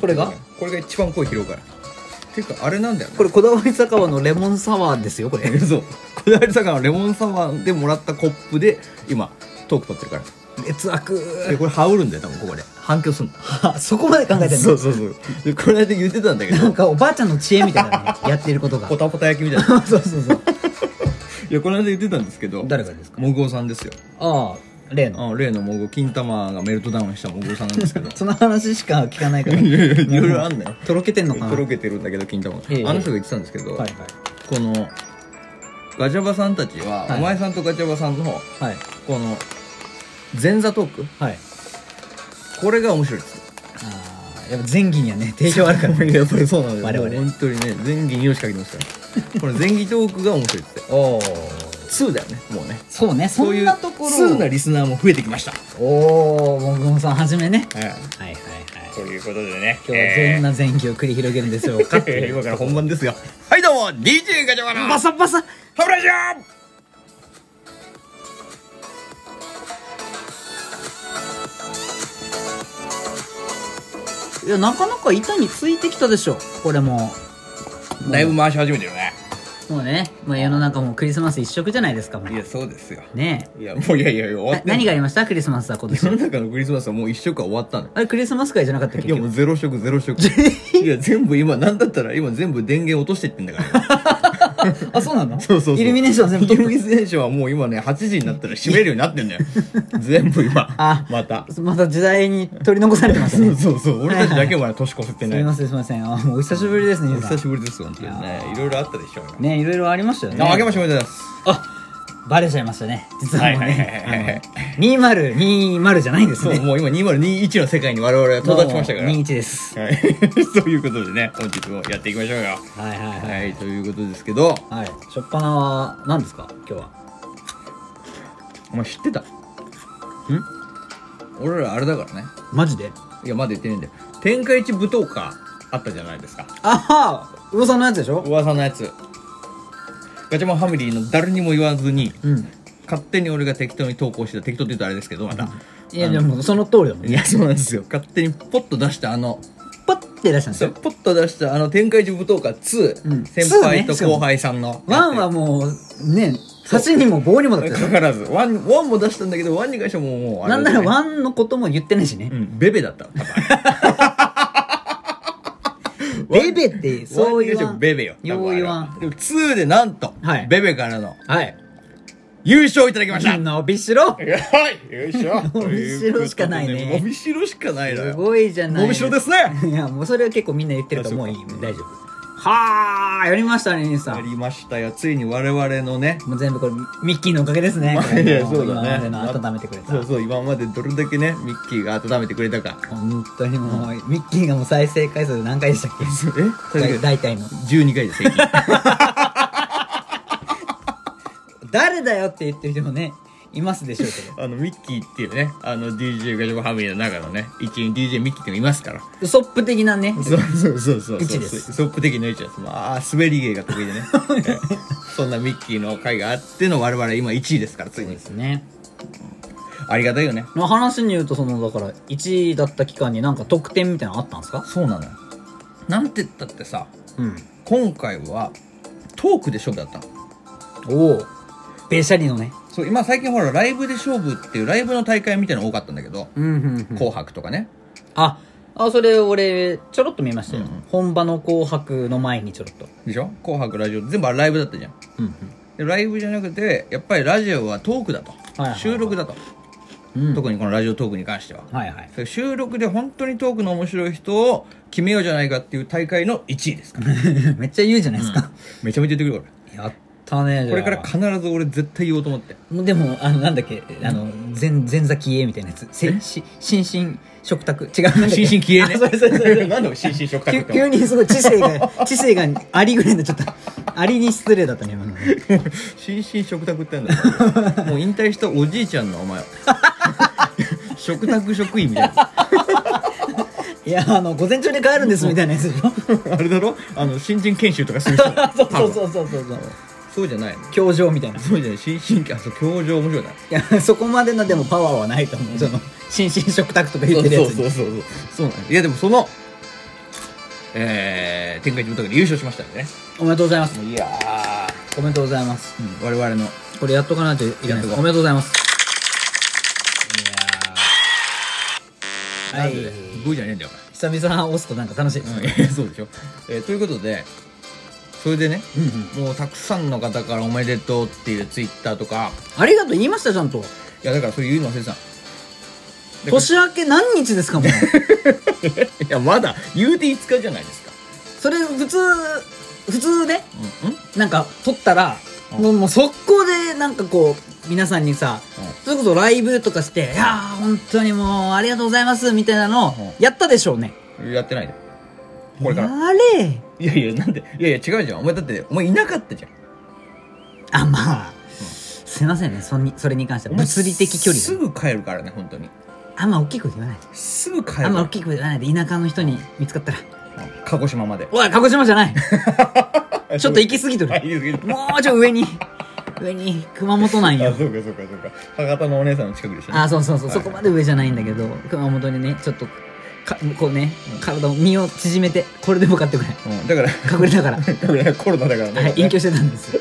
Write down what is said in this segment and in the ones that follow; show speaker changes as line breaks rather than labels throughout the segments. これが
これが一番声拾うからっていうかあれなんだよね
これこだわり酒場のレモンサワーですよこれ
そうこだわり魚のレモンサワーでもらったコップで今トーク取ってるから
劣
で
悪
これ羽織るんだよ多分ここで反響すんの
あそこまで考えてん
そ
の
うそうそうでこの間言ってたんだけ
なん
ど
かおばあちゃんの知恵みたいなねやってること が
ポタポタ焼きみたいな
そうそうそう
いやこの間言ってたんですけど
誰がですか
モグオさんですよ
ああ例の
あ例のモグオ金玉がメルトダウンしたモグオさんなんですけど
その話しか聞かないから
いやいやいろいろあんのよ
とろけてんのかな
とろけてるんだけど金玉
ええ
あの人が言ってたんですけど、
はい
このガチャバさんたちは、
はい
お前さんとガチャバさんの
はいはい
この前座トーク
はい
これが面白いです
ああやっぱ前戯にはね定評あるからね
やっぱりそうなんです
我々
も う本当にね前儀にを仕掛けてますから この前儀トークが面白いです
おお
2だよねもうね
そうねそ
そうい
ん
う
なとこ
通な
ろ
リスナーも増えてきました
おおもぐもさんはじめね
はい
はいはいはい
ということでね
今日はどんな前戯を繰り広げるんでしょうかって
えー
いう
今から本番ですが はいどうも DJ ガチャバの
バサバサ
ハブラジオ
いやなかなか板についてきたでしょこれも
だいぶ回し始めてるね
もうね、まあ、世の中もうクリスマス一色じゃないですかもう
いやそうですよ
ね
いやもういやいやいや終
え
わ
な
って
何があ
い
りましたクリスマスは今
世の
年
中のクリスマスはもう一週間終わったの
あれクリスマス会じゃなかったっけ
いやもうゼロ食ゼロ食いや 全部今なんだったら今全部電源落としてってんだ から
あそうなの
そうそうそう
イルミネーション全部
イルミネーションはもう今ね8時になったら閉めるようにな ってんだよ全部今
あ
また
また時代に取り残されてます
そう
ね
そうそう俺たちだけまだ年越せて
す
な
み
い
ませんすみませんあもうお久しぶりですね
お
ゆうさ
久
ん
しぶりです本当にねいろいろあったでしょうよ
ねいろいろありましたよね
あ明けましておめでとうございます
あバレちゃいましたね実はもう
はいはいはいはい
ねあの2020じゃないんで す
そう
ね
もう今2021の世界に我々は到達しましたから。
もう
はい、
21です
ということでね、本日もやっていきましょうよ。
はいはいはい
はい、ということですけど、
はい初っ端は何ですか今日は
お前知ってたん俺らあれだからね。
マジで
いや、まだ言ってねえんだよ。天下一舞踏家あったじゃないですか。
ああ噂のやつでしょ
噂のやつ。ガチャマンファミリーの誰にも言わずに、
うん
勝手に俺が適当に投稿してた。適当って言うとあれですけど、また。
いやでもその通りだもん
いや、そうなんですよ。勝手にポッと出したあの、
パッて出したんです
そう
よ
ポッと出したあの天下一舞踏家2、
うん
先輩と後輩さんの。
ワンはもうね箸にも棒にもだったでし
か
ょ
からずワンワンも出したんだけどワンに関してはもうもうあれ
なんならワンのことも言ってないしね
うんベベだったパパ
ベベって そうい
ワンに関
う
してはベベよ
よう言わん
でも2でなんと、
はい
ベベからの
はい
優勝いただきました
伸びしろ
はいよいし ょ
伸びしろしかないね
とうことで伸びしろしかないの
す
よ
ごいじゃない
伸びしろですね
いやもうそれは結構みんな言ってるからもういい大丈夫はあやりましたね兄
や
さん
りましたよついに我々のね
もう全部これミッキーのおかげですねこれ
いや
も
そうだね
今までの温めてくれた
そうそう今までどれだけねミッキーが温めてくれたか
本当にもうミッキーがもう再生回数何回でしたっけ
え
大体の
12回です平 均
誰だよって言ってる人もねいますでしょうけ
あのミッキーっていうねあの DJ ガチャバファミリーの中のね一員 DJ ミッキーっていうのがいますから
どウソップ的なね
そうそうそうそう
位置です
ソップ的な位置ですまあ滑り芸が得意 でねそんなミッキーの回があっての我々今1位ですからついに
ですね
ありがたいよね
の話に言うとそのだから1位だった期間になんか得点みたいなのあったんですか
そうなのよなんて言ったってさ
うん
今回はトークで勝負だったの
おおべしゃりのね
そう今最近ほらライブで勝負っていうライブの大会みたいなの多かったんだけど
うんう
「
ん
紅白」とかね
ああそれ俺ちょろっと見ましたよ、
うんうん
本場の「紅白」の前にちょろっと
でしょ「紅白」ラジオ全部あれライブだったじゃん
うん
でライブじゃなくてやっぱりラジオはトークだと、
いはいはい
収録だと、
うん、うん、
特にこのラジオトークに関しては、
はいはい
それ収録で本当にトークの面白い人を決めようじゃないかっていう大会の1位です から
めっちゃ言うじゃないですか、
めちゃめちゃ言ってくるか
やった
ら
ねじゃ
こ
あ
れから必ず俺絶対言おうと思って
もうでもあのなんだっけあの前前座消えみたいなやつせし心身食卓違う なんだっけ
心身消えね
あそうそうそうそ う
なんで心身食卓っ
急
て
急にすごい知性 が知性がありぐらいになっちゃったありに失礼だったね今のね
心身食卓ってなんだよもう引退したおじいちゃんのお前は食卓職員みたいな
いやあの午前中に帰るんですみたいなやつでしょ
あれだろあの新人研修とかする人
そうそう
う
そうそうそうそう
そうじゃないの
教場みたいない
そうじゃない新進あそう教場面白いな
やそこまでのでもパワーはないと思うその心身食卓とか言ってるやつに
そうそうそうそうそうなんやいやでもそのえー、天下一武道会で優勝しましたんでね。
おめでとうございます
もういや
おめでとうございます
ー、うん、我々の、
これやっとかないといけない
やっとこう
おめでとうございますいやー
な
は
ん
い
でだよブーじゃねえんだよ、
久々押すとなんか楽しいで
お
す
前。
ね
うん、 そうでしょ。えーということで、それでね、
うんうん
もうたくさんの方からおめでとうっていうツイッターとか、
ありがとう言いましたちゃんと
いや、だからそれ言うの忘れてた。で
年明け何日ですか もう
いや、まだ、言うて5日じゃないですか。
それ普通普通ね
うん、うん
なんか撮ったら
うん
もうもう速攻でなんかこう皆さんにさそれこそライブとかして「いやー本当にもうありがとうございます」みたいなのをやったでしょうね
うんやってないで。これから。
やれ
いやいや、なんで、いやいや、違うじゃん。お前だって、お前いなかったじゃん。
あまあすいませんねそんにそれに関しては物理的距離
すぐ帰るからね、本当に。
あんま大きい声言わない
すぐ帰る
あ
か
んま大
ら。
きい声言わないで田舎の人に見つかったら
鹿児島まで
「。おい鹿児島じゃないちょっと行き過ぎと
あい
る
いですいいです
もうちょい上に上に熊本なん
あ
よ
そうかそうかそうか博多のお姉さんの近くでしょ
あそうそうそう、
はい
そこまで上じゃないんだけど熊本にねちょっとかこうね体を身を縮めてこれでもかってくれ
うん、だから
隠れなが ら、は
だからコロナだからね、
い、隠居してたんです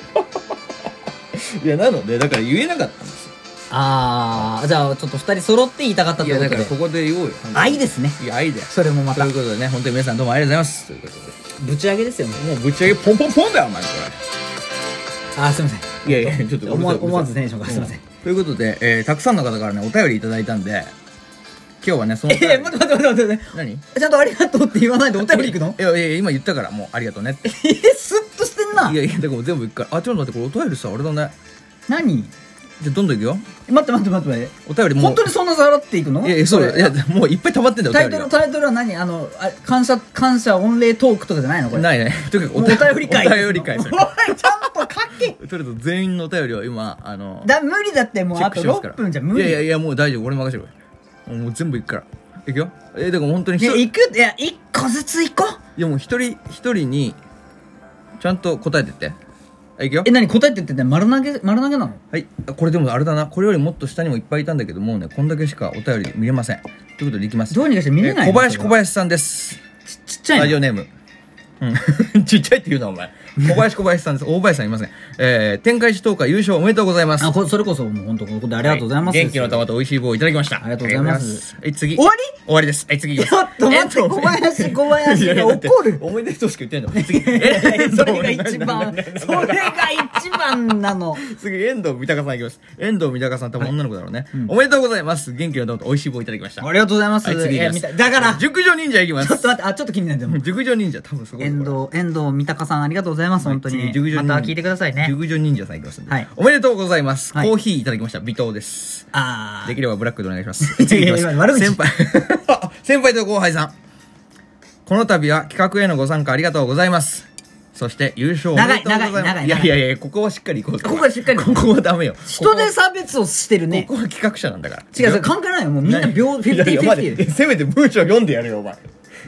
いやなのでだから言えなかったんですよ
ああじゃあちょっと二人揃って言いたかったっ
い
て
や
こ
だ
と
から
で
ここで言おうよ
愛ですね
いや愛だよ
それもま
と
た
いうことでね本当に皆さんどうもありがとうございますということ
ぶち上げですよね
でもうぶち上げポンポンポンだよお前こ
あーすいません
れいやい やちょっと
思わ
うるさい
思わずテンションがすいません
うということで、えー、たくさんの方からねお便りいただいたんで今日はねそのお便り
え待って待って待って待って
何い
ちゃんとありがとうって言わないでお便り行くの
やいやいや今言ったからもうありがとうねって
えー、スッとしてんない
やいやだからもう全部一回あちょっと待ってこれお便りさあれだね
何
じゃあどんどんいくよ
え待って待って待って待って
お便りもう
本当にそんなさらっていくの
いやいやそう
こ
だ
れ
いやもういっぱい溜まってんだよ
タイトルタイトルは何あのあ感謝感謝御礼トークとかじゃないのこれ
ないねとにかく
もうお便り会
お便り会
お
そ
い
れ
ちゃんと書け
とりあえず全員のお便りを今あの
だ無理だってもう
チェッ
あ
ク
と
しますから
6分じゃ無
い
理
やいやいやもう大丈夫俺任せてくれもう全部いくからいくよえだから本当に一
いや
人い
行くいや一個ずつ行こう
やもう一人一人にちゃんと答えてってあいくよ
え何答えてってね丸投げ丸投げなの
はいあこれでもあれだなこれよりもっと下にもいっぱいいたんだけどもうねこんだけしかお便り見れませんということでいきます
どうにかして見れない
え
の
小林
そ
小
れ
林さんです
ちっちゃ
ラ
い
ジ
の
オネーム。うん、 ちっちゃいって言うな、お前。小林小林さんです。大林さんいません。えー、天開一等会優勝おめでとうございます。
あこそれこそもう本当ここでありがとうございます、
元気の玉と美味しい棒をいただきました。
ありがとうございます
ありがとうございまはい、次。
終わ
り終わりです。はい、次いきま
り
す。
ちょっと待って
え
小林小
い
林
やいや
が
だって
怒る
おめでとうしか言ってんの。次。 え
それが一番 それが一番なの
次、遠藤三鷹さんいきます。遠藤三鷹さん、多分女の子だろうね。おめでとうございます。元気の玉と美味しい棒いただきました。
ありがとうございます、
はい、次いき
え
ま
み
す
たいだからちょっ
熟女忍者いきます。
と待ってあちょっと気になるでも
熟女忍者、多分すごい。
遠藤遠藤三鷹さんありがとうございます本当
はい
に
次熟女忍
また聞いてくださいね
熟女忍者さんいきますんで
はい
おめでとうございます。コ
はい
ーヒーいただきました。微糖です。
あ
で
ー
きればブラックでお願いします。
いやいや
次いきます
今悪口
先輩。 先輩と後輩さん。この度は企画へのご参加ありがとうございます。そして優勝おめでとうございます。
長い長い長い長い
やいやいや、ここはしっかり行こう。
ここはしっかり
ここはダメよ。
人で差別をしてる
こ
ね
こは企画者なんだから。
違うそれ関係ないよもうみんな秒フィフティフィフティ
せめて文章読んでやるよ、お前。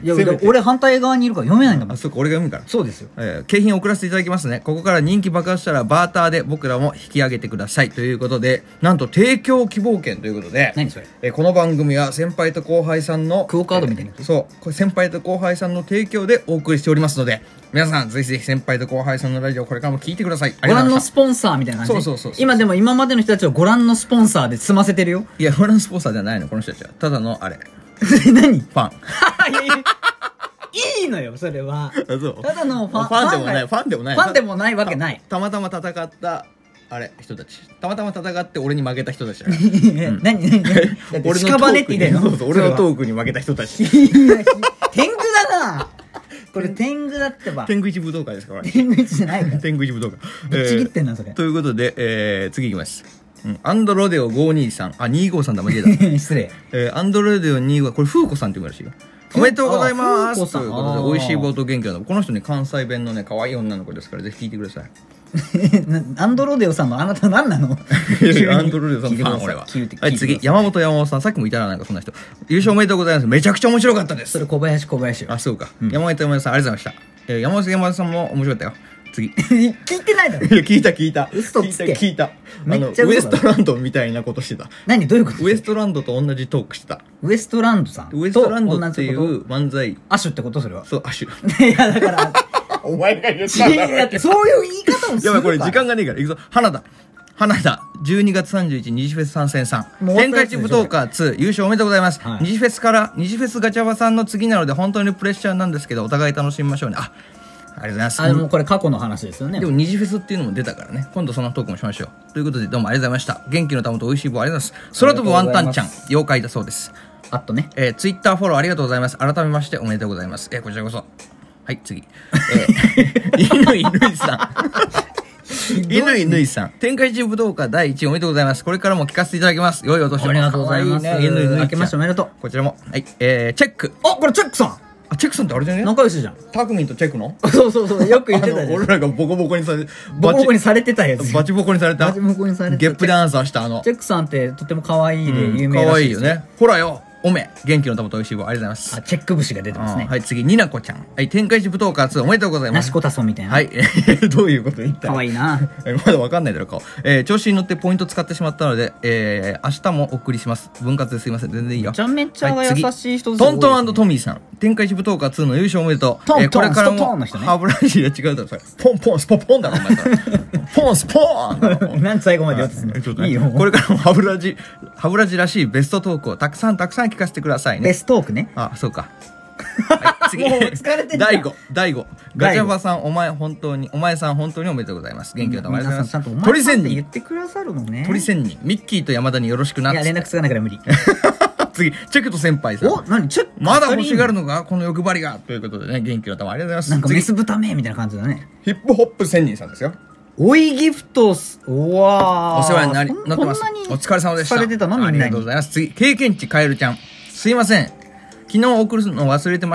いや
せめて
だから俺反対側にいるから読めないんだも
あ、
ん
そうか、俺が読むから。
そうですよ
えー景品送らせていただきますね。ここから人気爆発したらバーターで僕らも引き上げてください。ということで、なんと提供希望券ということで、
何それ
えーこの番組は先輩と後輩さんの、
クオカードみたいなやつ
えーそう、これ先輩と後輩さんの提供でお送りしておりますので、皆さんぜひぜひ先輩と後輩さんのラジオこれからも聞いてください。あ
ご
りがとうござい
覧の
まし
スポンサーみたいな感じね
そうそうそうそう
今でも今までの人たちをご覧のスポンサーで済ませて るよ
た。いや、フランスポーサーじゃないの、この人たちは。ただの、あれ、フ
何い
ァン。
やいやいいのよそ れは
そう
ただのファン
ファンでもない、
フ
ファンでもない。
ファンでもないわけない
た。たまたま戦った、あれ、人たち。たまたま戦って俺に負けた人たちだから。
何何何 だ って
俺のト
屍
ー
って
ク
言い
に
たいの
そうそう俺のトークに負けた人たち
いや天狗だなこれ天狗だってば
天狗一武道会ですから
天狗じゃないか ら
天狗一武道会
ぶっちぎってんなそれ
えーということで、えー、次いきます、うん、アンドロデオ523あ253だ間違え た、
失礼
えー、アンドロデオ2 5これ風子さんって言うらしいよおめでとうございま
あ
す
風子さん
ということ
あ
で
ー
美味しい冒頭元気なのこの人ね関西弁のね可愛い女の子ですからぜひ聞いてくだ さい
なアンドロデオさんのあなた何なの
いやアンドロデオさんのファン俺は
聞いてくださ
はいい次山本山本さんさっきもいたらなんかそんな人優勝おめでとうございますめちゃくちゃ面白かったです
それ小林小林よ
あそうか、山本山田さんありがとうございました、えー山本山田さんも面白かったよ次い
聞いてないだろ
や聞いた聞いた
嘘つ
聞
け
いた聞いたあ
め
の
っちゃ
ウエ
嘘
ス
だ
トランドみたいなことしてた
何どういうこと
ウエストランドと同じトークしてた
ウエストランドさん
ウエストランドってい
と同じこ
う漫才
とアシュってことそれは
そうアシュ
いやだから
お前が言っ
違うだってそういう言い方もす
や
る
ば
か
いこれ時間
ら
がねえから行くぞ花田花田12月31日二次フェス参戦さん
もう終わった
天下一武闘家2優勝おめでとうございます、
はい
二次フェスから二次フェスガチャバさんの次なので本当にプレッシャーなんですけどお互い楽しみましょうねあありがとうございます
あでもこれ過去の話ですよ ね
でも二次フェスっていうのも出たからね今度そのトークもしましょうということでどうもありがとうございました元気の玉と美味しい棒ありがとうございます空飛ぶワンタンちゃん
ありがとうござい
妖怪だそうです
あっとね
えー、ツイッターフォローありがとうございます。改めましておめでとうございます。えー、こちらこそ。はい、次。え ー、犬犬さん。犬犬さん。天下一武道家第1位おめでとうございます。これからも聞かせていただきます。良いお年を。
ありがとうございます
可愛ね犬犬
明けましておめでとう
こちらも。はい、えー、チェック。
あこれチェックさ
あ、チェックさんってあれじゃ
ん
ね
仲良しじゃん
タクミンとチェックの
そうそうそうよく言ってた
あ
じ
の
ゃん
俺らがボコボコにされ、
ボコボコに
バ
されてたや つ
チバチボコにされた。
バチボコにされてた
ゲップでアンサーしたあの
チ。ェックさんってとても可愛いで有名
可
らし
愛
い
い
で
よ
すよ
ね。ほらよ。おめ。元気の玉と美味しい棒ありがとうございます
あ。チェック節が出てます
うん
ね
はい、次、になこちゃん。はい、天下一武闘家2おめでとうございま
なし
す。
こたそみたいな
はい、 どういうこと言った
可
の
愛いな
えまだわかんないだろ、顔。えー調子に乗ってポイント使ってしまったので、えー明日もお送りします。分割ですいません、全然いいよ。
めちゃめちゃ
はい次
優しい人
トントン
ト
トミーさん。天下一武闘家2の優勝おめでとう。
トント
こ
ン
れから
ストト
も、
ンの人ね
歯ブラシが違うだろ、それ。ポンポン、スポポンだろ、お前それ。ポン、スポーンだろ。
なんで最後までやってた
はいちょっと
の
ね
いいよ
これからも歯ブラシ、歯ブラシらしいベストトークをたくさんたくさん聞かせてくださいね。
ベストークね
あ、そう か。はい、次。
もう疲れてんじゃん
大悟、大悟。ガチャバさん、お前本当に、お前さん本当におめでとうございます。元気の玉ありがとうご
皆
ざ
さ
い
んちゃんとお
ま
前
す。鳥
さん
仙
って言
人
っ、てくださるのね
鳥仙人、ミッキーと山田によろしくなっ
い
つ
や
っ
連
て。
絡つかないから 無理
次、チェックと先輩さん。
お何ちょっと
まだ欲しがるのかこの欲張りがということでね、元気の玉ありがとうござ
ないん
ま
か
す。
メ
次、
ス豚めみたいな感じだね
ヒップホップ仙人さんですよ。
おいギフトスうわー
お世話になり、
こん
なってます
こんな。に
お疲れ様でした。
されてたのみんな
あ
に
りがとうございます。次、経験値カエルちゃん。すいません。昨日送るの忘れてました